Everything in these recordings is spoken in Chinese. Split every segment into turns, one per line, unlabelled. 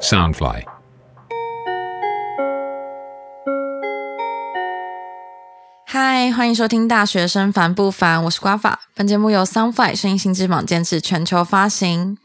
Soundfly.
嗨，欢迎收听《大学生烦不烦》，我是瓜法。本节目由 Sunfly 声音新知网监制全球发行。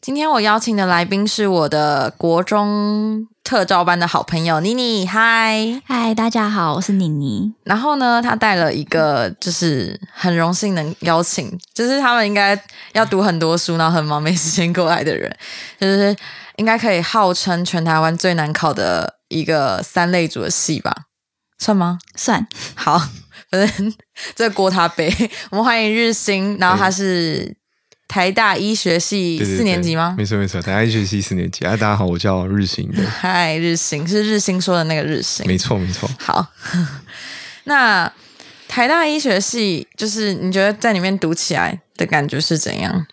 今天我邀请的来宾是我的国中特招班的好朋友妮妮，嗨。
嗨，大家好，我是妮妮。
然后呢，他带了一个，就是很荣幸能邀请，就是他们应该要读很多书，然后很忙没时间过来的人，就是应该可以号称全台湾最难考的一个三类组的系吧？算吗？
算
好， 反正这锅他背。我们欢迎日新，然后他是台大医学系
对对对
四年级吗？
没错没错，大家一学期四年级啊！大家好，我叫日行 的，
嗨，日新是日新说的那个日新。
没错没错。
好，那台大医学系就是你觉得在里面读起来的感觉是怎样？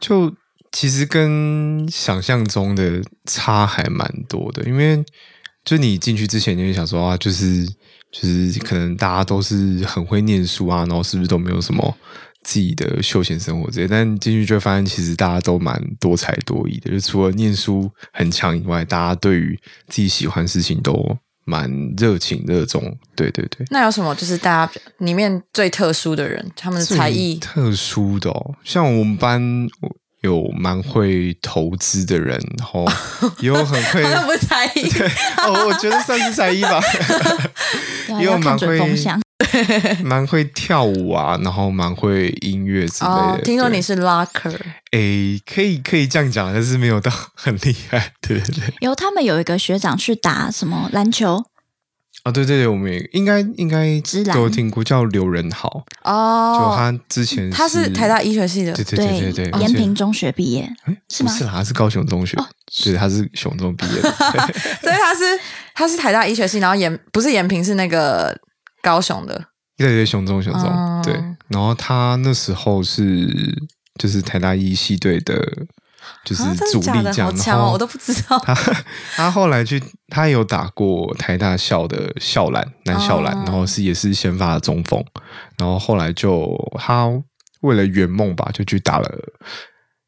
就其实跟想象中的差还蛮多的，因为就你进去之前你会想说啊，就是就是可能大家都是很会念书啊，然后是不是都没有什么自己的休闲生活之类？但进去就会发现，其实大家都蛮多才多艺的，就除了念书很强以外，大家对于自己喜欢的事情都蛮热情热衷。对对对。
那有什么就是大家里面最特殊的人，他们的
最
才艺？
特殊的哦，像我们班有蛮会投资的人，然后也有很会
好像 不是才艺，
哦，我觉得算是才 艺吧，
啊要
因为
要
我
看
蛮
准
会
风向，
蛮会跳舞啊，然后蛮会音乐之类的。
哦，听说
对
你是 locker，
诶，可以可以这样讲，但是没有到很厉害，对对 对。
有他们有一个学长去打什么篮球，
啊，对对对，我们也应该应该
直男
都有听过叫刘仁豪，就
哦，
他之前
他是台大医学系的
对对对对对，
哦延平
中
中学毕业，是
不
吗
是啦，他是高雄中
哦
学，对，他是雄中毕业的。
所以他是他是台大医学系，然后延不是延平是那个高雄的，
对对，雄中雄中，
哦
对。然后他那时候是就是台大一系队的，就是
啊，
主
真的
力
假的？好
这样。
强
然
哦，
后
我都不知道。
他他后来去，他有打过台大校的校篮男校篮，
哦
然后是也是先发的中锋，然后后来就他为了圆梦吧，就去打了，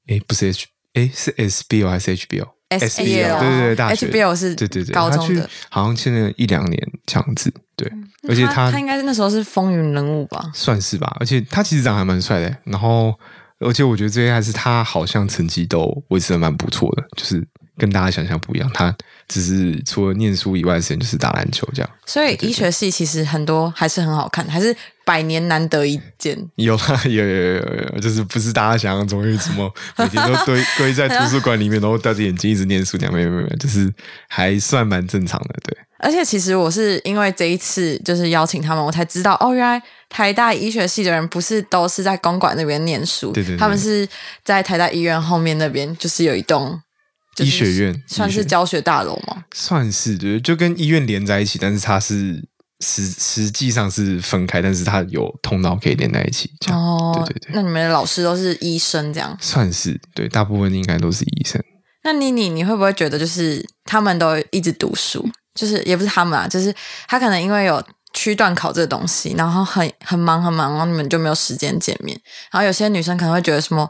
诶，不是 H，诶，是 SBL 还是 HBL？
SBL
对对对，大学
HBL 是
对对对，
高
他
中
去
的嗯
好像签了一两年这样子，对，而且
他应该是那时候是风云人物吧？
算是吧。而且他其实长得还蛮帅的，欸然后而且我觉得最厉害是他好像成绩都维持的蛮不错的，就是跟大家想象不一样。他只是除了念书以外的时间就是打篮球这样。
所以医学系其实很多还是很好看，还是百年难得一见。
有啦，有有有有有，就是不是大家想象中，因为什么每天都堆 堆在图书馆里面，然后戴着眼镜一直念书这样，没有没有没有，就是还算蛮正常的，对。
而且其实我是因为这一次就是邀请他们，我才知道哦，原来台大医学系的人不是都是在公馆那边念书，
对对对
他们是在台大医院后面那边，就是有一栋、 就是
医学院
算
医
是
学
教学大楼嘛。
算是对，就跟医院连在一起，但是它是实实际上是分开，但是它有通道可以连在一起，这样。
哦，
对对对，
那你们的老师都是医生这样？
算是对，大部分应该都是医生。
那妮妮，你会不会觉得就是他们都一直读书，就是也不是他们啊，就是他可能因为有区段考这个东西，然后很很忙很忙，然后你们就没有时间见面。然后有些女生可能会觉得什么，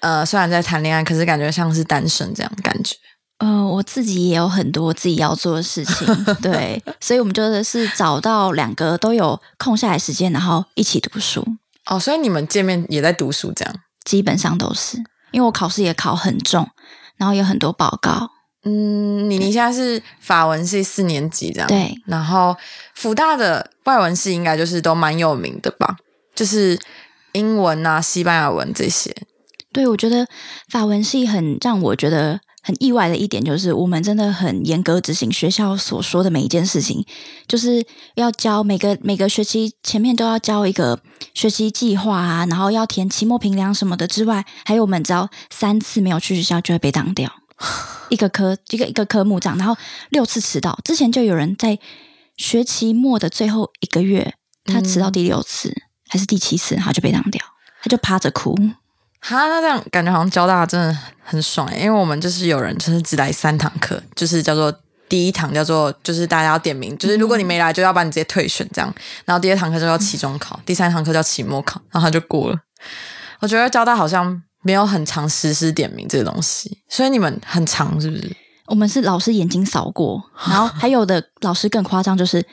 呃，虽然在谈恋爱，可是感觉像是单身这样的感觉。
嗯
呃，我自己也有很多自己要做的事情， 对，所以我们就是找到两个都有空下来时间，然后一起读书，
哦，所以你们见面也在读书这样。
基本上都是，因为我考试也考很重，然后有很多报告，
嗯，妮妮现在是法文系四年级这样，
对，
然后福大的外文系应该就是都蛮有名的吧，就是英文啊、西班牙文这些。
对，我觉得法文系很让我觉得很意外的一点，就是我们真的很严格执行学校所说的每一件事情，就是要交每个每个学期前面都要交一个学习计划啊，然后要填期末评量什么的之外，还有我们只要三次没有去学校就会被当掉一个科一个一个科目这样，然后六次迟到，之前就有人在学期末的最后一个月，他迟到第六次、还是第七次，然后就被当掉，他就趴着哭。
哈，那这样感觉好像交大真的很爽欸耶，因为我们就是有人就是只来三堂课，就是叫做第一堂叫做就是大家要点名，就是如果你没来，就要把你直接退选这样。然后第二堂课就叫期中考，第三堂课叫期末考，然后他就过了。我觉得交大好像没有很常实施点名这个东西，所以你们很常是不是？
我们是老师眼睛扫过，然后还有的老师更夸张，就是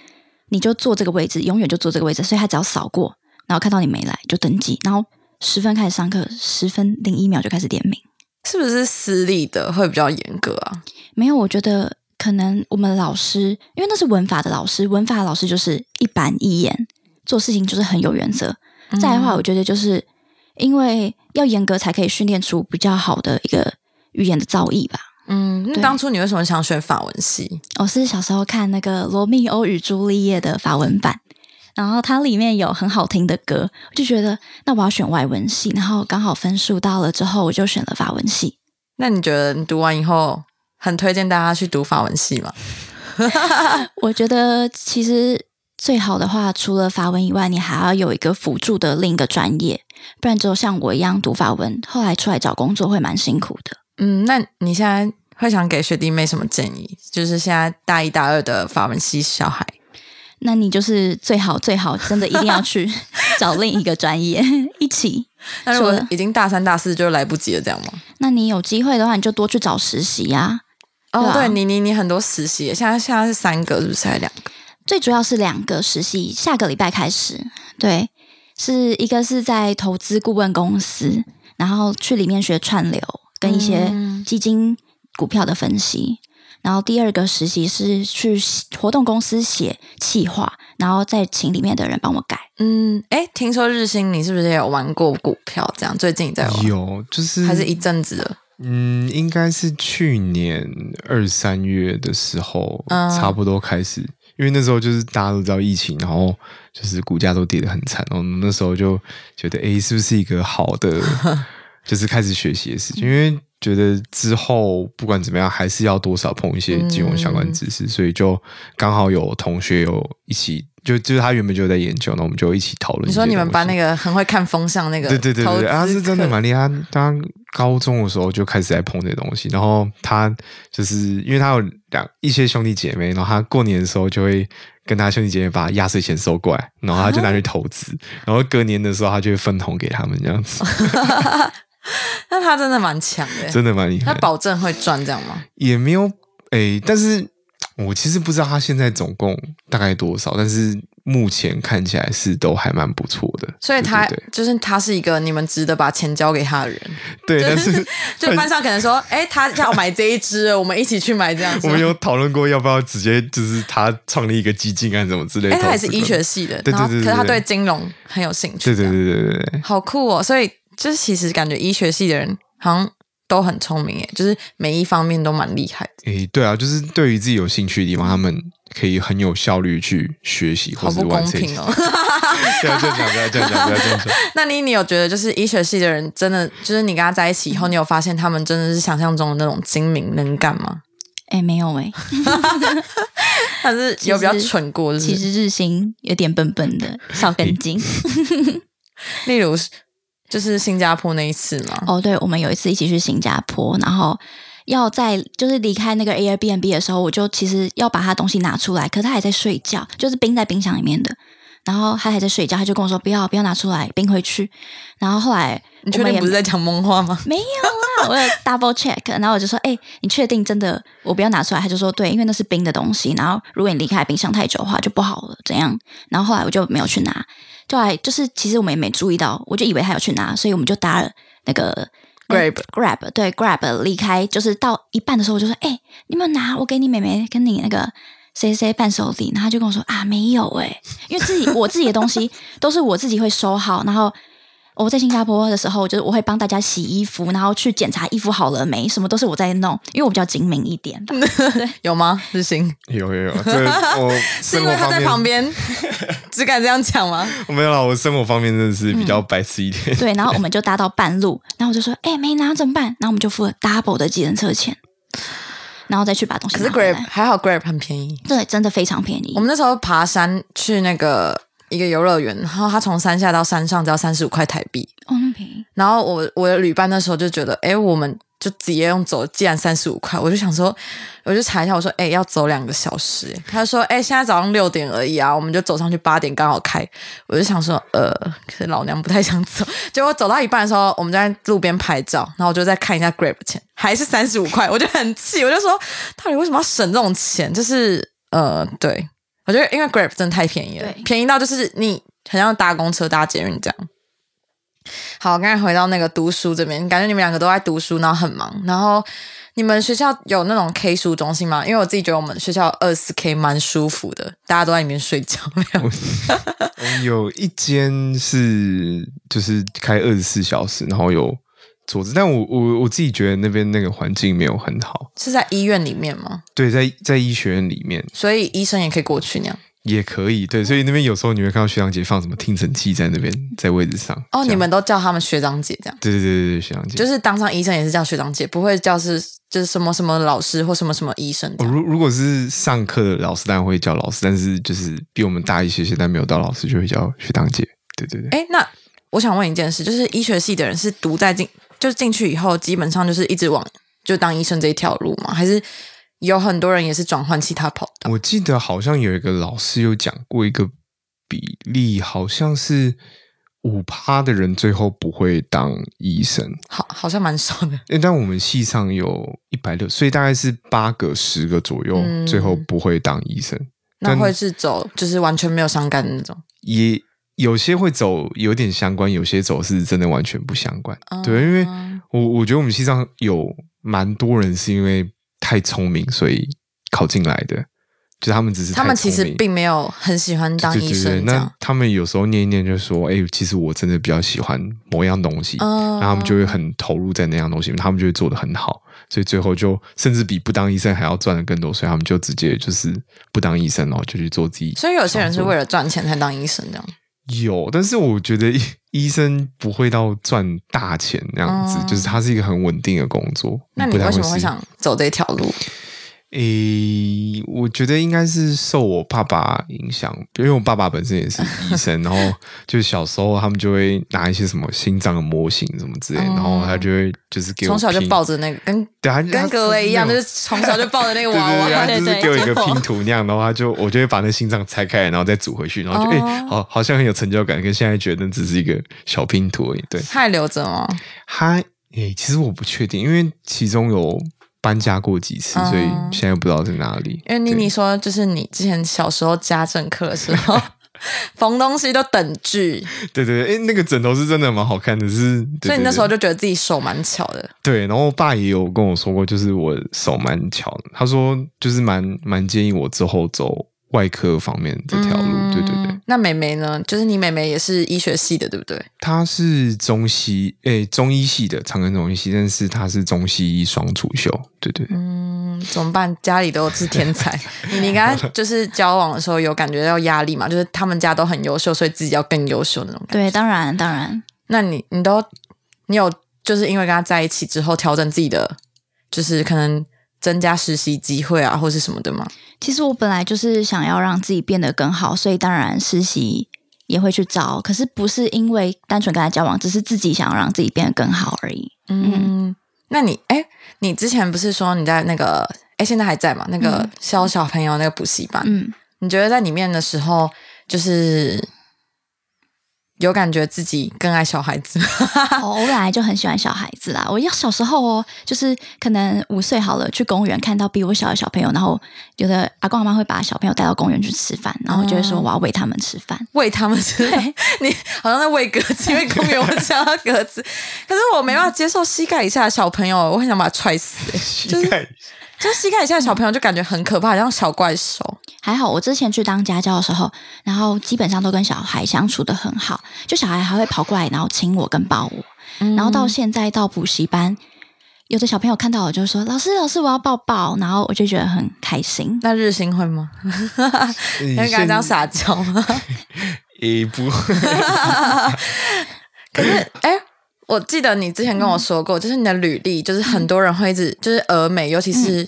你就坐这个位置，永远就坐这个位置，所以他只要扫过，然后看到你没来就登记，然后十分开始上课，十分零一秒就开始点名。
是不是私立的会比较严格啊？
没有，我觉得可能我们老师，因为那是文法的老师，文法的老师就是一板一眼，做事情就是很有原则。再来的话，我觉得就是因为要严格才可以训练出比较好的一个语言的造诣吧。
嗯，那
对
当初你为什么想选法文系？
我是小时候看那个《罗密欧与朱丽叶》的法文版，然后它里面有很好听的歌，我就觉得那我要选外文系，然后刚好分数到了之后，我就选了法文系。
那你觉得你读完以后，很推荐大家去读法文系吗？
我觉得其实最好的话，除了法文以外，你还要有一个辅助的另一个专业，不然只有像我一样读法文，后来出来找工作会蛮辛苦的。
嗯，那你现在会想给学弟妹什么建议？就是现在大一大二的法文系小孩，
那你就是最好最好，真的一定要去找另一个专业一起。
那如果
是的
已经大三大四就来不及了，这样吗？
那你有机会的话，你就多去找实习呀、
哦，
对啊
对你你你很多实习耶，现在现在是三个，是不是还两个？
最主要是两个实习，下个礼拜开始，对，是一个是在投资顾问公司，然后去里面学串流跟一些
嗯
基金、股票的分析。然后第二个实习是去活动公司写企划，然后再请里面的人帮我改。
嗯，哎，听说日新你是不是也有玩过股票？这样最近你在 玩，
有就是
啊还是一阵子了？
嗯，应该是去年二三月的时候，
嗯
差不多开始，因为那时候就是大家都知道疫情，然后就是股价都跌得很惨，然后那时候就觉得，诶，是不是一个好 的，就是开始学习的
嗯
事情？因为觉得之后不管怎么样，还是要多少碰一些金融相关
嗯
知识，所以就刚好有同学有一起，就就是他原本就有在研究，那我们就一起讨论。
你说你们班那
个？
个很会看风向那个，
对对对对对，
啊
他是真的
吗？
蛮厉害。他他高中的时候就开始在碰这东西，然后他就是因为他有两一些兄弟姐妹，然后他过年的时候就会跟他兄弟姐妹把压岁钱收过来，然后他就拿去投资，
嗯
然后隔年的时候他就会分红给他们，这样子
那他真的蛮强的，
真的蛮厉害
他
的。
保证会赚这样吗？
也没有诶、但是我其实不知道他现在总共大概多少，但是目前看起来是都还蛮不错的。
所以
对
他
对对
就是他是一个你们值得把钱交给他的人，
对，但是
就班上可能说，哎、他要买这一只，我们一起去买这样子。
我们有讨论过要不要直接就是他创立一个基金啊什么之类的。
哎、他也是医学，系的，
对对
然后
对对
可是他
对
对金融很有兴趣，
对对
这样
对对对对，
好酷哦！所以就是其实感觉医学系的人好像都很聪明，哎，就是每一方面都蛮厉害的，
诶，对啊，就是对于自己有兴趣的地方，他们可以很有效率去学习或
好
是
不
完
公
成。
平哦。
不要这样讲，不要这样讲，不要这样讲。
那你你有觉得就是医学系的人真的就是你跟他在一起以后，你有发现他们真的是想象中的那种精明能干 吗？
哎，没有哎、
但是有比较蠢过，就是
其实日新有点笨笨的，少根筋。
例如是就是新加坡那一次嘛，
哦，对，我们有一次一起去新加坡，然后要在就是离开那个 Airbnb 的时候，我就其实要把他东西拿出来，可他还在睡觉，就是冰在冰箱里面的。然后他还在睡觉，他就跟我说不要不要拿出来，冰回去。然后后来
你
我
确
们
定
也
不是在讲梦话吗？
没有啦，我有 double check，然后我就说，哎、你确定真的我不要拿出来？他就说，对，因为那是冰的东西，然后如果你离开冰箱太久的话就不好了，怎样？然后后来我就没有去拿，就来就是其实我们也没注意到，我就以为他有去拿，所以我们就搭了那个。那
Grab
Grab 对 Grab 离开，就是到一半的时候，我就说：“哎、你有没有拿？我给你妹妹跟你那个谁谁谁伴手礼。”然后他就跟我说：“啊，没有哎、因为自己我自己的东西都是我自己会收好，然后我哦在新加坡的时候，就是我会帮大家洗衣服，然后去检查衣服好了没，什么都是我在弄，因为我比较精明一点吧。
有吗？日新
有有有，这个我
是
生
因
活
为他
方
在
面
旁边， 只敢这样讲吗？
没有啦，我生活方面真的是比较白痴一点。
对，然后我们就搭到半路，然后我就说：“哎、没拿怎么办？”然后我们就付了 double 的计程车钱，然后再去把东 西
可是
拿回
Grab 哦
来。
还好，Grab 很便宜。
对，真的非常便宜
我。们那时候爬山去那个一个游乐园，然后他从山下到山上只要三十五块台币，
哦，那么便宜。
然后我我的旅伴那时候就觉得，哎，我们就直接用走，既然三十五块，我就想说，我就查一下，我说，哎、要走两个小时、欸他就说，哎、现在早上六点而已啊，我们就走上去八点刚好开。我就想说，呃，可是老娘不太想走。结果走到一半的时候，我们在路边拍照，然后我就再看一下 Grab 钱，还是三十五块，我就很气，我就说，到底为什么要省这种钱？就是，呃，对我觉得因为 Grab 真的太便宜了
对，
便宜到就是你很像搭公车、搭捷运这样。好，刚才回到那个读书这边，感觉你们两个都在读书，然后很忙。然后你们学校有那种 K 书中心吗？因为我自己觉得我们学校二四 K 蛮舒服的，大家都在里面睡觉。 没有
我们有一间是就是开二十四小时，然后有桌子，但我我我自己觉得那边那个环境没有很好。
是在医院里面吗？
对，在在医学院里面
所以医生也可以过去那样。
也可以，
嗯
对，所以那边有时候你会看到学长姐放什么听诊器在那边，在位置上。
哦，
这
你
样嗯
们都叫他们学长姐这样，
对对对对对，学长姐
就。是当上医生也是叫学长姐，不会叫是就是什么什么老师或什么什么医生这
哦，
样。
如如果是上课的老师，当然会叫老师，但是就是比我们大一些些，但没有到老师，就会叫学长姐。对对对，
哎、那我想问一件事，就是医学系的人是读在进，就是进去以后，基本上就是一直往就当医生这一条路吗？还是有很多人也是转换其他跑道？
我记得好像有一个老师有讲过一个比例，好像是五趴的人最后不会当医生。
好，好像蛮少的。
诶但我们系上有一百六，所以大概是八个、十个左右，
嗯
最后不会当医生。
那
但
会是走就是完全没有伤感的那种。
也有些会走有点相关，有些走是真的完全不相关。
哦
对，因为我我觉得我们西藏有蛮多人是因为太聪明，所以考进来的，就他们只是
他们
太聪
其实
明
并没有很喜欢当
对
医
对对对
生这
那
样。
他们有时候念一念就说：“哎、其实我真的比较喜欢某样东西。
嗯
然后他们就会很投入在那样东西，他们就会做的很好，所以最后就甚至比不当医生还要赚的更多，所以他们就直接就是不当医生，然后就去做自己。
所以有些人是为了赚钱才当医生这样。
有，但是我觉得医 医生不会到赚大钱那样子，
嗯
就是它是一个很稳定的工作。
那你
不太
为什么
是
会想走这条路？
诶、我觉得应该是受我爸爸影响，因为我爸爸本身也是医 生，然后就小时候他们就会拿一些什么心脏的模型什么之类，
哦
然后他就会就是给我
从小就
拼
抱着那个跟
对，他他
跟格雷一样，就是从小就抱着那个
对
娃
对对，
娃。
他
对
就是
对
给我一个拼图那样，然后 他就我就会把那心脏拆开来，然后再组回去，然后就哎、
哦
好好像很有成就感，跟现在觉得只是一个小拼图而已。对，
还留着吗？
他诶、其实我不确定，因为其中有搬家过几次，所以
哦
现在不知道在哪里。
因为妮
对
妮说，就是你之前小时候家政课的时 候，缝东西都等距，
对对对，哎，那个枕头是真的蛮好看的，是。对
所以你那时候
对
就觉得自己手蛮巧的。
对，然后我爸也有跟我说过，就是我手蛮巧的，他说就是蛮蛮建议我之后走外科方面这条路。对对对，
嗯。那妹妹呢？就是你妹妹也是医学系的，对不对？
他是中西诶中医系的，长庚中医系，但是他是中西医双主修。对对对，
嗯，怎么办？家里都是天才。 你你跟他就是交往的时候有感觉到压力嘛？就是他们家都很优秀，所以自己要更优秀那种感觉。
对，当然当然，
那你你都你有就是因为跟他在一起之后调整自己的，就是可能增加实习机会啊，或是什么的吗？
其实我本来就是想要让自己变得更好，所以当然实习也会去找，可是不是因为单纯跟他交往，只是自己想要让自己变得更好而已。
嗯，那你哎，你之前不是说你在那个哎现在还在嘛？那个
嗯
教小朋友那个补习班，
嗯，
你觉得在里面的时候，就是有感觉自己更爱小孩子吗？
哦，我本来就很喜欢小孩子啦。我要小时候哦，就是可能五岁好了，去公园看到比我小的小朋友，然后有的阿公阿妈会把小朋友带到公园去吃饭，然后就会说
哦
我要喂他们吃饭。
喂他们吃饭，你好像在喂鸽子，因为公园我吃到鸽 子，可是我没办法接受膝盖以下的小朋友，我很想把他踹死、欸。
膝盖
就膝盖以下的小朋友就感觉很可怕，像小怪兽。
还好我之前去当家教的时候，然后基本上都跟小孩相处的很好，就小孩还会跑过来，然后亲我跟抱我。然后到现在到补习班，有的小朋友看到我就说：“老师，老师，我要抱抱。”然后我就觉得很开心。
那日新会吗？
你
他会跟他这样撒娇吗？
诶不，
可是，哎、我记得你之前跟我说过，就是你的履历，就是很多人会一直，就是俄美，尤其是、嗯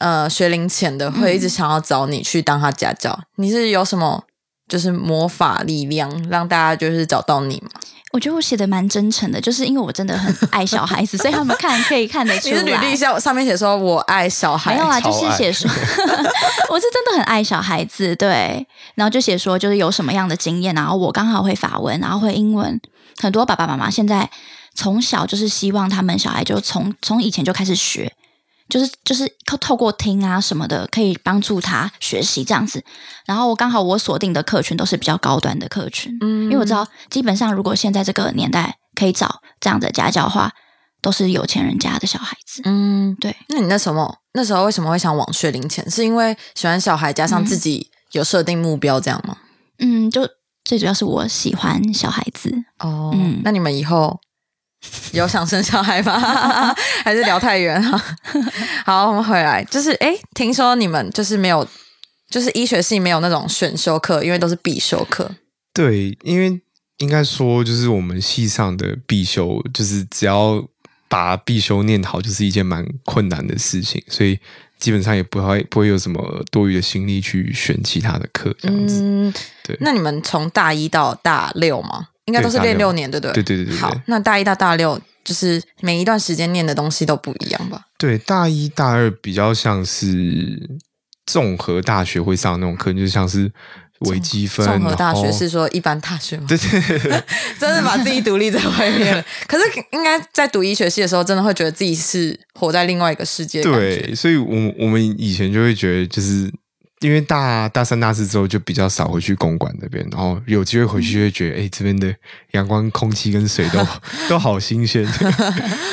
呃学龄前的，会一直想要找你去当他家教。你是有什么就是魔法力量，让大家就是找到你嘛。
我觉得我写的蛮真诚的，就是因为我真的很爱小孩子，所以他们看可以看得出
你是
来。
履历上上面写说我爱小孩，
没有啦，就
超
是
爱
写说， 我是真的很爱小孩子，对。然后就写说，就是有什么样的经验，然后我刚好会法文，然后会英文。很多爸爸妈妈现在从小就是希望他们小孩就从从以前就开始学，就是就是透透过听啊什么的，可以帮助他学习这样子。然后我刚好我锁定的客群都是比较高端的客群，
嗯
因为我知道基本上如果现在这个年代可以找这样的家教的话，都是有钱人家的小孩子。
嗯，
对。
那你那什么那时候为什么会想往学零钱？是因为喜欢小孩，加上
嗯
自己有设定目标这样吗？
嗯，就最主要是我喜欢小孩子，
哦
嗯
那你们以后有想生小孩 吗？还是聊太远了？好，我们回来，就是哎，诶听说你们就是没有，就是医学系没有那种选修课，因为都是必修课。
对，因为应该说就是我们系上的必修，就是只要把必修念好，就是一件蛮困难的事情，所以基本上也不会不会有什么多余的心力去选其他的课这样子。
嗯，
对
那你们从大一到大六吗？应该都是
对大
练
六
六年，对不对？
对对对对对
好，那大一到大六，就是每一段时间念的东西都不一样吧？
对，大一大二比较像是综合大学会上的那种课，就像是微积分。
综合大学
然后
是说一般大学吗？
对对对
真的把自己独立在外面 了。可是应该在读医学系的时候，真的会觉得自己是活在另外一个世界的感觉。
对，所以我们我们以前就会觉得，就是因为大大三、大四之后就比较少回去公馆那边，然后有机会回去就会
嗯
觉得，哎、这边的阳光、空气跟水 都都好新鲜。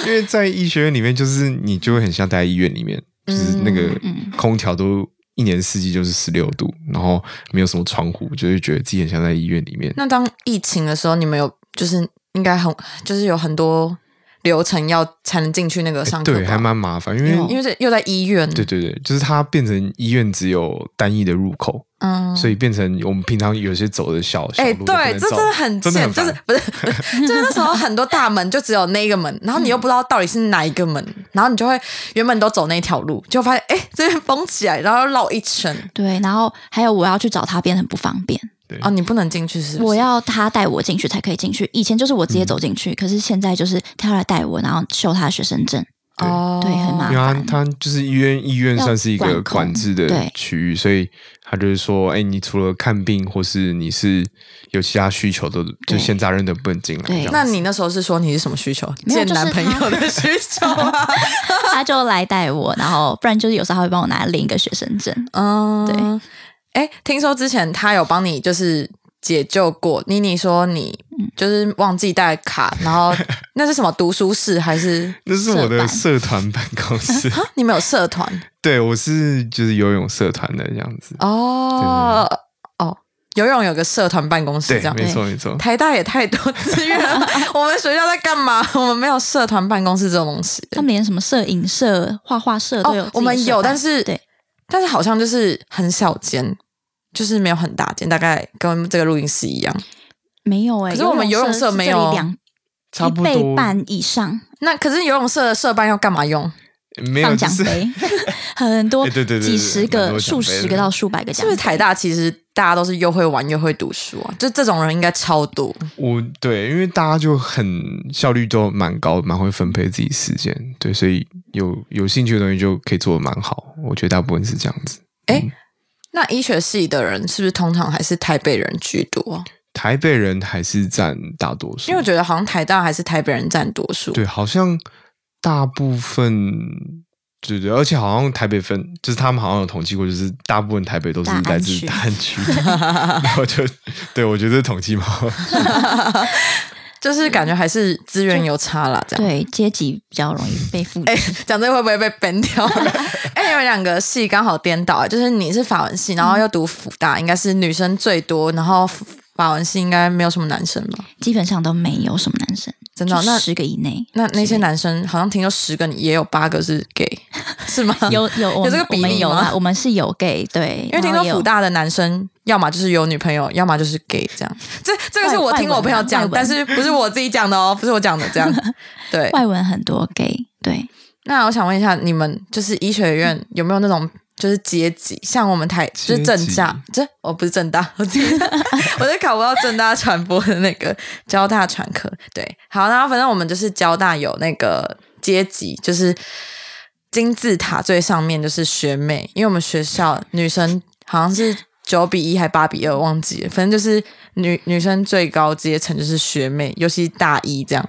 因为在医学院里面，就是你就会很像待在医院里面，就是那个
嗯
空调都。一年四季就是十六度，然后没有什么窗户，就会觉得自己很像在医院里面。
那当疫情的时候，你们有就是应该很就是有很多流程要才能进去那个上课吧、
对，还蛮麻烦，因为
因为这又在医院，
对对对，就是它变成医院只有单一的入口，
嗯，
所以变成我们平常有些走的小小
哎、
路都不能
对，这
走
真的很
真的
贱，
很
就是
烦
不是不是，就是那时候很多大门就只有那一个门，然后你又不知道到底是哪一个门，然后你就会原本都走那条路，就发现哎、这边封起来，然后绕一圈，
对。然后还有我要去找他变得很不方便，
对
哦，你不能进去是不是？
我要他带我进去才可以进去。以前就是我直接走进去，可是现在就是他要来带我，然后秀他的学生证。
对
哦，
对很麻
因为它
烦
它就是医院，医院
要
算是一个
管控
管制的
对
区域，所以他就是说，哎，你除了看病或是你是有其他需求的，就
对
现在人都不能进来。
对
这样
那你那时候是说你是什么需求？
没有
见
就是
男朋友
他
的需求吗？
他就来带我，然后不然就是有时候他会帮我拿另一个学生 证。
嗯，
对。
哎，听说之前他有帮你就是解救过妮妮，说你
嗯
就是忘记带卡，然 后那是什么读书室还是
那是我的
社
社团办 公室，
你们有社团
对我是就是游泳社团的这样子。
哦哦，游泳有个社团办公室
对
这，样。
没错没错。
台大也太多资源 了吧，我们学校在干嘛？我们没有社团办公室这种东西。
他们连什么摄影社、画画社都有自
哦
己，的
我们
社
有，
团
但是
对，
但是好像就是很小间，就是没有很大间，大概跟这个录音室一样。
没有哎、
可是我们游泳社
是
没
这里
有
两
差不
一倍
多
半以上
那可是游泳社的社办要干嘛用？
没有
放
就
奖
是
杯，很多，
哎对对对对
几十
蛮
个、
多奖
数
杯
十
的
个到数百个
是
奖
不
杯，
是台大其实大家都是又会玩又会读书啊？就这种人应该超多。
我对，因为大家就很效率都蛮高，蛮会分配自己时间，对，所以有有兴趣的东西就可以做的蛮好。我觉得大部分是这样子。
那医学系的人是不是通常还是台北人居多？
台北人还是占大多数，
因为我觉得好像台大还是台北人占多数。
对，好像大部分对对，而且好像台北分就是他们好像有统计过，就是大部分台北都是
大安
来自
区
大安区的， 然后就对我觉得这统计嘛，
就是感觉还是资源有差啦，这样。
对阶级比较容易被复制。
讲这个会不会被 ban 掉？哎、你们两个系刚好颠倒，欸就是你是法文系，然后又读辅
嗯
大，应该是女生最多，然后法文系应该没有什么男生吧？
基本上都没有什么男生，
真的哦
就
那
十个以内。
那那些男生好像听说十个你也有八个是 gay，是吗？
有有我
有
们
这个比
我们
例
有
吗
啦，？我们是有 gay 对，
因为听
然
说
后也有
辅大的男生，要么就是有女朋友，要么就是 gay 这样。这这个是我
外
听我
外文
朋友
啊
讲
外，文
但是不是我自己讲的哦，不是我讲的 这样。对，
外文很多 gay 对，
那我想问一下，你们就是医学院有没有那种就是阶级，像我们台就是
嗯阶
正
级
大，这我不是正大，我自己 我在考不到正大传播的那个交大传科。对，好，然后反正我们就是交大有那个阶级，就是金字塔最上面就是学妹，因为我们学校女生好像是九比一还八比二，忘记了，反正就是女女生最高阶层就是学妹，尤其大一这样。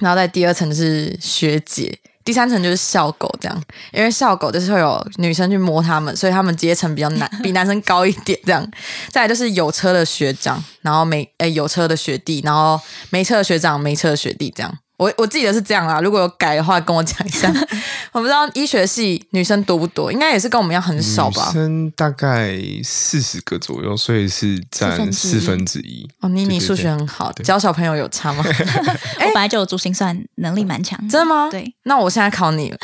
然后在第二层就是学姐，第三层就是校狗这样，因为校狗就是会有女生去摸它们，所以他们阶层比较难，比男生高一点这样。再来就是有车的学长，然后没诶有车的学弟，然后没车的学长，没车的学弟这样。我我记得是这样啦，如果有改的话跟我讲一 下。我不知道医学系女生多不多，应该也是跟我们一样很少吧
女。生大概四十个左右，所以是占四
四
分
分
之一。
哦，妮妮
对对
数
对
学很好，
对
教小朋友有差 吗？
我本来就有珠心算，能力蛮强。
哎真的吗？
对，
那我现在考你了。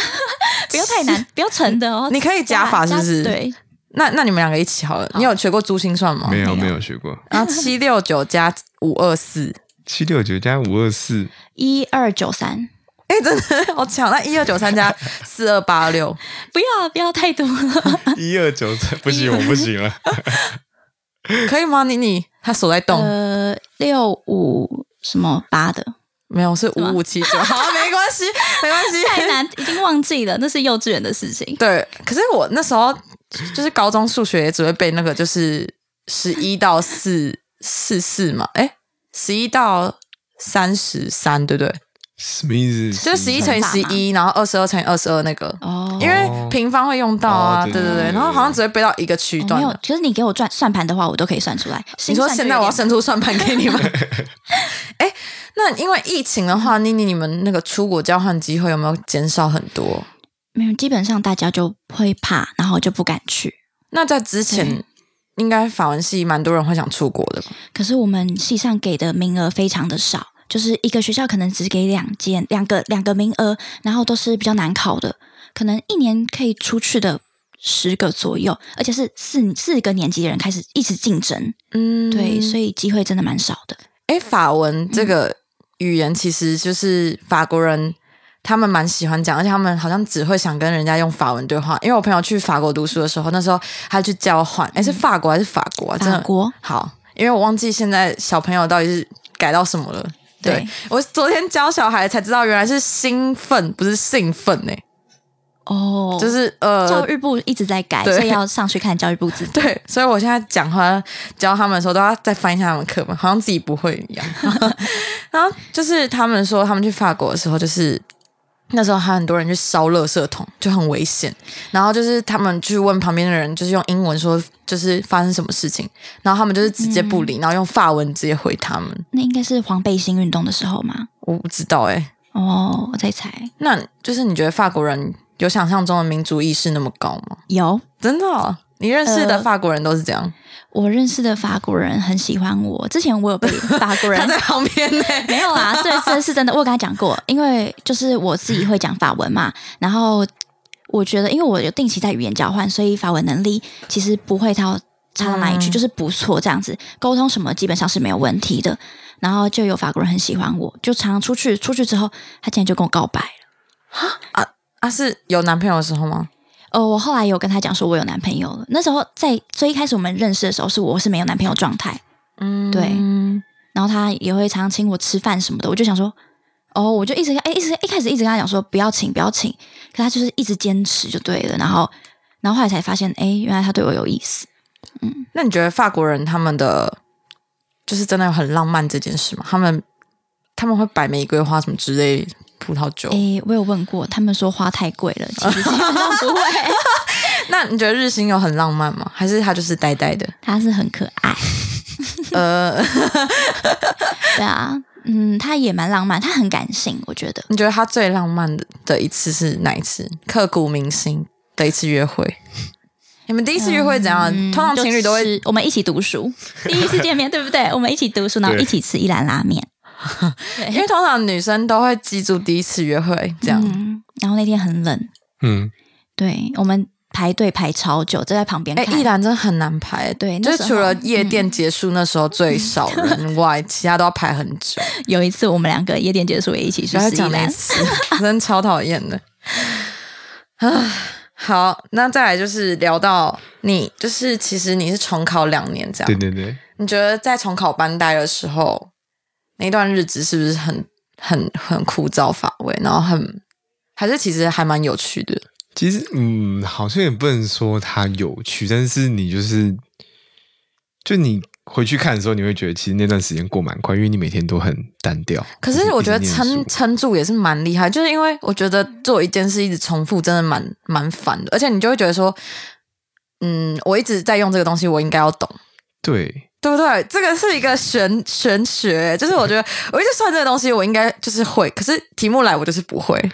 不要太 难，不要沉的哦。
你可以加法是不是
对，
那那你们两个一起好了。你有学过珠心算吗？
没有
没有
没有学过
然后七六九加五二四，
七六九加五二四，
一二九三，
哎，真的好强！那一二九三加四二八六，
不要不要太多了。
啊
一二九不行，我不行了。
可以吗？妮妮，她手在动，
呃，六五什么八的，
没有是五五七九，好，没关系，没关系。
太难，已经忘记了，那是幼稚园的事情。
对，可是我那时候就是高中数学也只会背那个，就是十一到四四四嘛，哎，十一到三十三，对不对？
什么意思？
就是十一乘以十一，然后二十二乘以二十二那个。
哦，
因为平方会用到啊，
哦
对
对
对
对
对，
对
然后好像只会背到一个区
哦
段
没
的。
有，其实你给我算算盘的话，我都可以算出来。
哦你说现在我要
算
伸出算盘给你 们？哎、那因为疫情的话，妮妮，你们那个出国交换机会有没有减少很多？
没有，基本上大家就会怕，然后就不敢去。
那在之前
对，
应该法文系蛮多人会想出国的吧？
可是我们系上给的名额非常的少，就是一个学校可能只给两间、两个、两个名额，然后都是比较难考的，可能一年可以出去的十个左右，而且是四四个年级的人开始一直竞争，
嗯
对，
以
所以嗯机会真的蛮少的。
哎、法文这个语言其实就是法国人。他们蛮喜欢讲，而且他们好像只会想跟人家用法文对话。因为我朋友去法国读书的时候，那时候他去交换，哎、
嗯
是法国还是法国啊？真
法
的
国
好，因为我忘记现在小朋友到底是改到什么了。对
对
我昨天教小孩才知道，原来是兴奋，不是兴奋呢、
哦，
就是呃，
教育部一直在改，
对
所以要上去看教育部字典。
对，所以我现在讲话教他们的时候，都要再翻一下他们课本，好像自己不会一 样。然后就是他们说，他们去法国的时候，就是那时候还很多人去烧垃圾桶，就很危险。然后就是他们去问旁边的人，就是用英文说，就是发生什么事情，然后他们就是直接不
嗯
理，然后用法文直接回他们。
那应该是黄背心运动的时候吗？
我不知道哎、
哦，我在猜，
那就是你觉得法国人有想象中的民族意识那么高吗？
有
真的哦、你认识的
呃
法国人都是这样？
我认识的法国人很喜欢我，之前我有被法国 人
他在旁边呢、
没有啦，这这是真的，我有跟他讲过，因为就是我自己会讲法文嘛，然后我觉得，因为我有定期在语言交换，所以法文能力其实不会到差到哪里去，
嗯
就是不错这样子，沟通什么基本上是没有问题的。然后就有法国人很喜欢我，就常常出去，出去之后，他竟然就跟我告白了。
啊，是有男朋友的时候吗？
哦，我后来有跟他讲说我有男朋友了，那时候在最一开始我们认识的时候，是我是没有男朋友状态，
嗯，
对然后他也会常常请我吃饭什么的，我就想说，哦，我就一直哎，一直一开始一直跟他讲说不要请不要请，可他就是一直坚持就对了，然后然后后来才发现，哎，原来他对我有意思。
那你觉得法国人他们的就是真的很浪漫这件事吗？他们他们会摆玫瑰花什么之类葡萄酒？
哎，我有问过，他们说花太贵了，其实基本上不 会，
那你觉得日新有很浪漫吗？还是他就是呆呆的？
他是很可爱，
呃，
对啊，嗯，他也蛮浪漫，他很感性，我觉得。
你觉得他最浪漫的的一次是哪一次？刻骨铭心的一次约会？你们第一次约会怎样？
嗯
通常情侣都会
就是我们一起读书，第一次见面对不对？我们一起读书，然后
对
一起吃一兰拉面，
因为通常女生都会记住第一次约会这样。
嗯然后那天很冷，
嗯，
对我们排队排超久，就在旁边
哎、
看。
一兰真的很难排，欸
对
就
那
是
时候嗯
除了夜店结束那时候最少 人外，其他都要排很久。
有一次我们两个夜店结束也一起
不
去
要
吃一
讲那一
兰，
次，真的超讨厌的。唉，好，那再来就是聊到你，就是其实你是重考两年这样，
对对对，
你觉得在重考班待的时候，那段日子是不是很很很枯燥乏味，然后很还是其实还蛮有趣的？
其实嗯，好像也不能说它有趣，但是你就是就你回去看的时候，你会觉得其实那段时间过蛮快，因为你每天都很单调。
可
就是是
我
一直
觉得
念
撑
书
撑住也是蛮厉害，就是因为我觉得做一件事一直重复，真的蛮蛮烦的，而且你就会觉得说，嗯，我一直在用这个东西，我应该要懂，
对
对不对？这个是一个玄玄学，欸就是我觉得我一直算这个东西，我应该就是会，可是题目来我就是不会。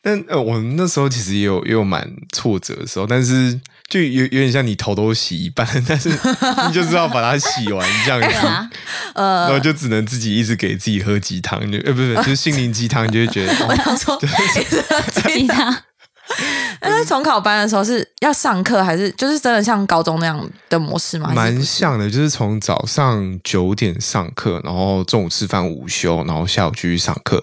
但呃，我那时候其实也有也有蛮挫折的时候，但是就有有点像你头都洗一半，但是你就是要把它洗完这 样
对啊
子，，然后就只能自己一直给自己喝鸡汤，就 呃不是不是，就是心灵鸡汤，你就会觉得哦
想 说，一直在
其
听
他
那重考班的时候是要上课，还是就是真的像高中那样的模式吗？还是
蛮像的，就是从早上九点上课，然后中午吃饭午休，然后下午继续上课，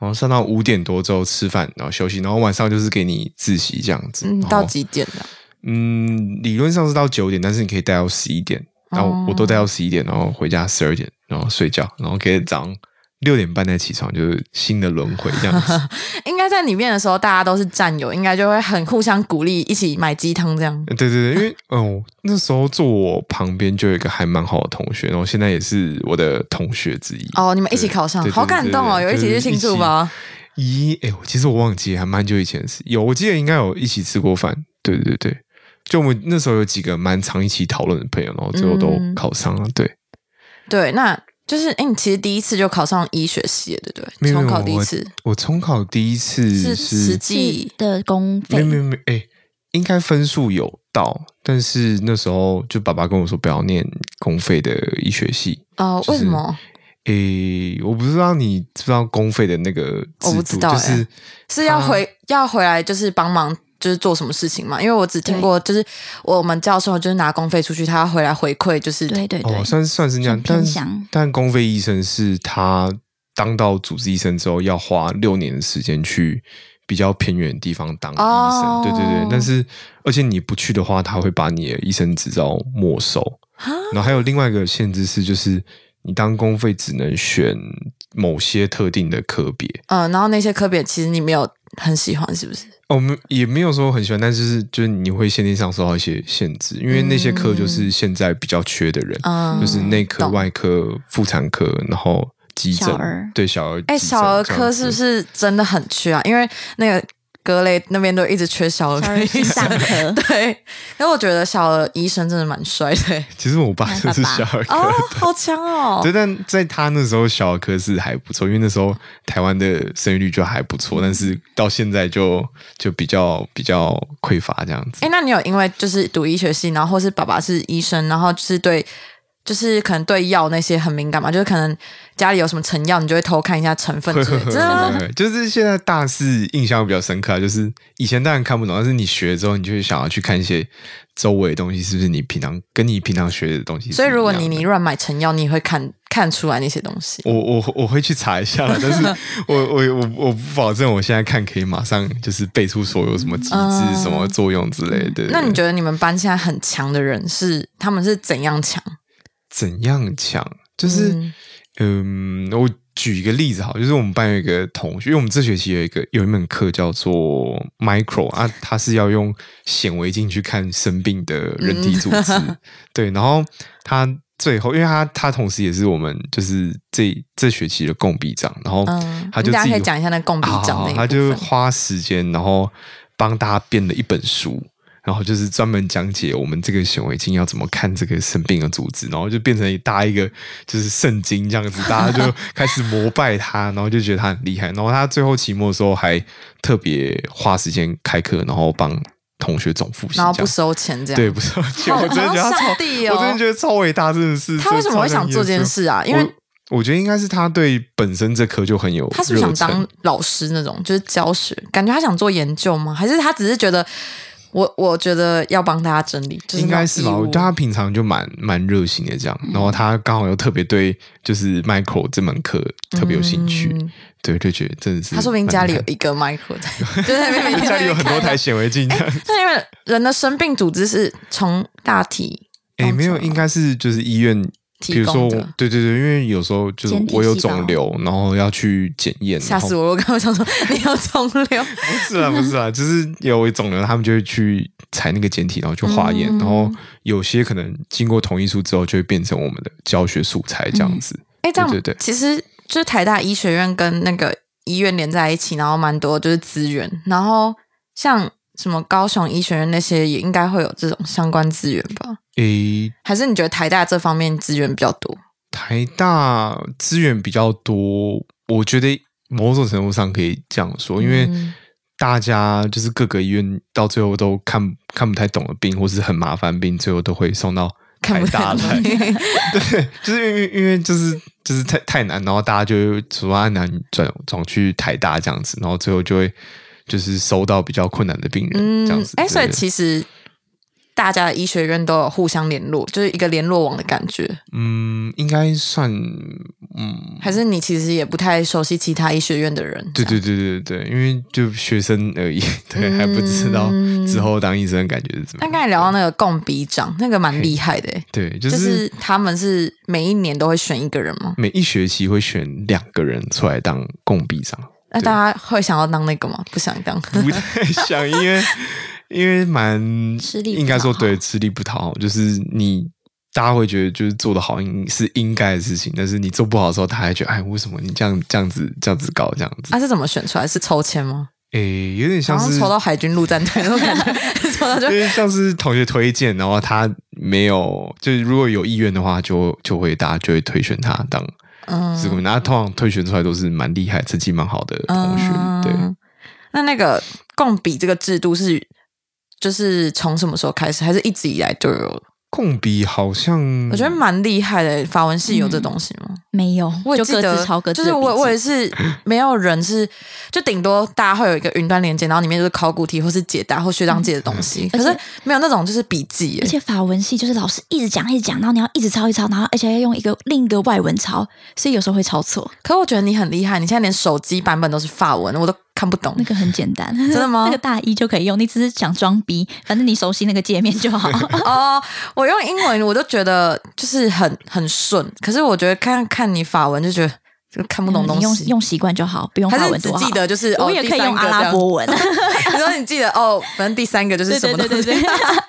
然后上到五点多之后吃饭，然后休息，然后晚上就是给你自习这样子。
嗯，
然后
到几点呢？
嗯，理论上是到九点，但是你可以待到十一点。然后我我都
哦
待到十一点，然后回家十二点，然后睡觉，然后给早上六点半再起床，就是新的轮回这样子。
应该在里面的时候，大家都是战友，应该就会很互相鼓励，一起买鸡汤这样。
对对对，因为哦，那时候坐我旁边就有一个还蛮好的同学，然后现在也是我的同学之一。
哦，你们一起考上，
对对
好感动哦！
对
有
对
一起去庆祝吧？
就是一起咦，哎、我其实我忘记还蛮久以前的事，有我记得应该有一起吃过饭。对对对，就我们那时候有几个蛮常一起讨论的朋友，然后最后都
嗯
考上了。对，
对，那就是哎、你其实第一次就考上医学系了，对不
没
对？
有
重考第一次
我重考第一次
是
是
实际
己的公
没
费
有没有没有，哎、应该分数有到，但是那时候就爸爸跟我说不要念公费的医学系。
哦？
就是
为什么？
诶、我不知道你知不知道公费的那个制度，
我不知道
就
诶
是
是要回、要回来就是帮忙就是做什么事情嘛？因为我只听过就是我们教授就是拿公费出去，他要回来回馈，就是
对对对，
哦，算算是那样
算，偏
但
向
但公费医生是他当到主治医生之后，要花六年的时间去比较偏远的地方当医生，
哦
对对对。但是而且你不去的话，他会把你的医生执照没收。
啊
然后还有另外一个限制是，就是你当公费只能选某些特定的科别。
嗯、然后那些科别其实你没有很喜欢，是不是？
哦，没也没有说很喜欢，但是就是你会限定上受到一些限制，因为那些科就是现在比较缺的人。
嗯，
就是内科、
懂
外科、妇产科，然后急诊
小儿，
对小儿，
哎、
急诊
小儿科是不？
这样子
是真的很缺啊？因为那个格雷那边都一直缺小儿
小
科
儿
医
心脏
生。
科
对，因为我觉得小儿医生真的蛮帅的、
其实我爸就是小 儿科，
哦，好强哦
对，！但在他那时候小儿科是还不错，因为那时候台湾的生育率就还不错，但是到现在就就比较比较匮乏这样子
哎、。那你有因为就是读医学系，然后或是爸爸是医生，然后就是对，就是可能对药那些很敏感嘛？就是可能家里有什么成药，你就会偷看一下成分
会
之
会
类的。
会
真的
会，就是现在大四印象比较深刻啊，就是以前当然看不懂，但是你学了之后，你就会想要去看一些周围的东西，是不是你平常跟你平常学的东西是一样的？
所以如果你你乱买成药，你也会看看出来那些东西。
我我我会去查一下 啦，但是我我我我不保证我现在看可以马上就是背出所有什么机制、
嗯
什么作用之类的。
那你觉得你们班现在很强的人是他们是怎样强？
怎样强？就是嗯我举一个例子好，就是我们班有一个同学，因为我们这学期有一个有一门课叫做 micro 啊，它是要用显微镜去看生病的人体组织，
嗯
对，然后他。最后，因为他他同时也是我们就是这这学期的共笔长，然后
嗯
他就
大家
自己
可以讲一下那共笔
好
奖
好
那一
好他
部
就
分
花时间，然后帮大家编了一本书，然后就是专门讲解我们这个显微镜要怎么看这个生病的组织，然后就变成大家一个就是圣经这样子，大家就开始膜拜他，然后就觉得他很厉害，然后他最后期末的时候还特别花时间开课，然后帮同学总复习，
然后不啊
这样
收钱这样。
对，不是，我真的觉得他
好
超
上，帝哦
我真的觉得超伟大，真的是
他为什么会想做这件？事啊？
真
因
的超像耶稣
为
我我觉得应该是他对本身这科就很有热忱，
他是不是想当老师那种，就是教学？感觉他想做研究吗？还是他只是觉得我我觉得要帮大家整理，就是那种
应该是吧？
义务
我觉得他平常就蛮蛮热心的这样，然后他刚好又特别对就是 Michael 这门课特别有兴趣，
嗯
对，就觉得真的是
他说明
蛮
家里
厉
有
害
一个 micro 在， 就在那边
家里有很多台。显微镜这啊样，
那因为人的生病组织是从大体
哎、没有，应该是就是医院，比
啊提
如说
供
我
的，。
对对对，因为有时候就是
检体
我有
细胞
肿瘤，然后要去检验，
吓死
我！
我了！我刚刚想说你有肿瘤，
不 是啊，不是啊，就是有肿瘤，他们就会去采那个检体，然后去化验，
嗯
然后有些可能经过同意书之后，就会变成我们的教学素材这样子。
哎，这样
对对对
其实就是台大医学院跟那个医院连在一起，然后蛮多就是资源，然后像什么高雄医学院那些也应该会有这种相关资源吧？
诶、
还是你觉得台大这方面资源比较多？
台大资源比较多，我觉得某种程度上可以这样说，因为
嗯
大家就是各个医院到最后都看看不太懂的病，或是很麻烦的病，最后都会 送到
看
台
不
大
太懂
来。 对，就是因为因为就是就是太太难，然后大家就会从安南转转去台大这样子，然后最后就会就是收到比较困难的病人这样子。
哎、所以
对
其实大家的医学院都有互相联络，就是一个联络网的感觉。
嗯，应该算嗯，
还是你其实也不太熟悉其他医学院的人？
对对对对对，因为就学生而已， 对，还不知道
嗯
之后当医生的感觉是怎么
那
样。
刚才聊到那个共笔长，那个蛮厉害的、欸，
对，就
就是是他们是每一年都会选一个人吗？
每一学期会选两个人出来当共笔 长，
那大家会想要当那个吗？不想当，
不太像，因为因为蛮
吃力不
应该说
讨好
对吃力不讨好，就是你大家会觉得就是做的好应是应该的事情，但是你做不好的时候，他还觉得哎，为什么你这样这样子这样子搞这样子
那、？
啊
啊是怎么选出来？是抽签吗？
诶、有点
好
像
像
是
抽到海军陆战队那种感 觉，抽到就
因为像是同学推荐，然后他没有，就是如果有意愿的话就，就会大家就会推选他当
嗯
职工。那、通常推选出来都是蛮厉害、成绩蛮好的同学。对，
嗯那那个共笔这个制度是就是从什么时候开始？还是一直以来都有的？
共笔好像
我觉得蛮厉害的。法文系有这东西吗？
嗯
没有，
我也
就
记
各
得
自抄各自
就
的
是我我也
笔记
是没有人是，就顶多大家会有一个云端连接，然后里面就是考古题或是解答或学
嗯
长姐的东西，可
嗯而且
是没有那种就是笔记耶
而。且法文系就是老师一直讲一直讲，然后你要一直抄一直抄，然后而且要用一个另一个外文抄，所以有时候会抄错。
可我觉得你很厉害，你现在连手机版本都是法文，我都看不懂
那。个很简单，真
的吗
那个大一就可以用，你只是想装逼，反正你熟悉那个界面就 好。
哦，我用英文我都觉得就是很很顺，可是我觉得看看你法文就觉得就看不懂东
嗯你用
西。
用习惯就好，不用
还
法
是你
文
只
多好
记。得就是
我
哦
也
第
可以
三
用
个
阿
这
拉
样
伯文，
你说你记得哦，反正第三个就是什么东西？
对对对对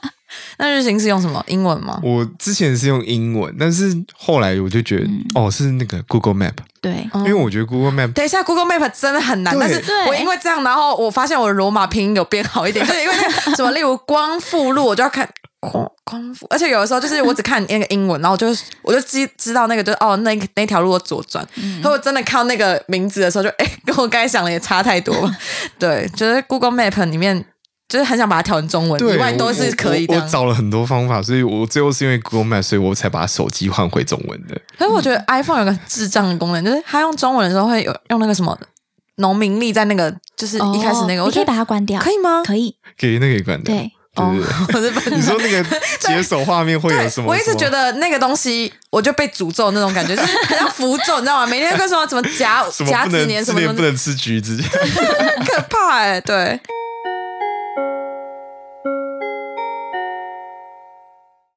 那日行是用什么英文吗？
我之前是用英文，但是后来我就觉得，
嗯
哦，是那个 Google Map，、
对，
哦
因为我觉得 Google Map
等一下，Google Map 真的很难，
对
但是
对
我因为这样，然后我发现我的罗马拼音有变好 一点，就是因为那个什么，例如光复路，我就要看光光复，而且有的时候就是我只看那个英文，然后我就我就知知道那个就是哦那个那条路我左转，
嗯
可我真的看到那个名字的时候就， 哎，跟我刚才想的也差太 多了。对，就是 Google Map 里面就是很想把它调成中文，
对
以外都
我
是可以
我
的
我。我。找了很多方法，所以我最后是因为 Google Map，所以我才把手机换回中文的。
可是我觉
嗯
得 iPhone 有个智障的功能，就是它用中文的时候会有用那个什么农民历在那个 就是一开始那个，
哦
我觉
你可以
得
把它关掉，
可以吗？
可以，
给那个也关掉。
对，
哦
对
我
对，
是笨
对你
蛋。
说那个解手画面会有 什么？
我一直觉得那个东西，我就被诅咒那种感觉，就是很像符咒，你知道吗？每天跟什么什么甲
什么
甲
不
子
能
年
之
什么什
前
么，
不 能吃橘子，
很可怕哎、对，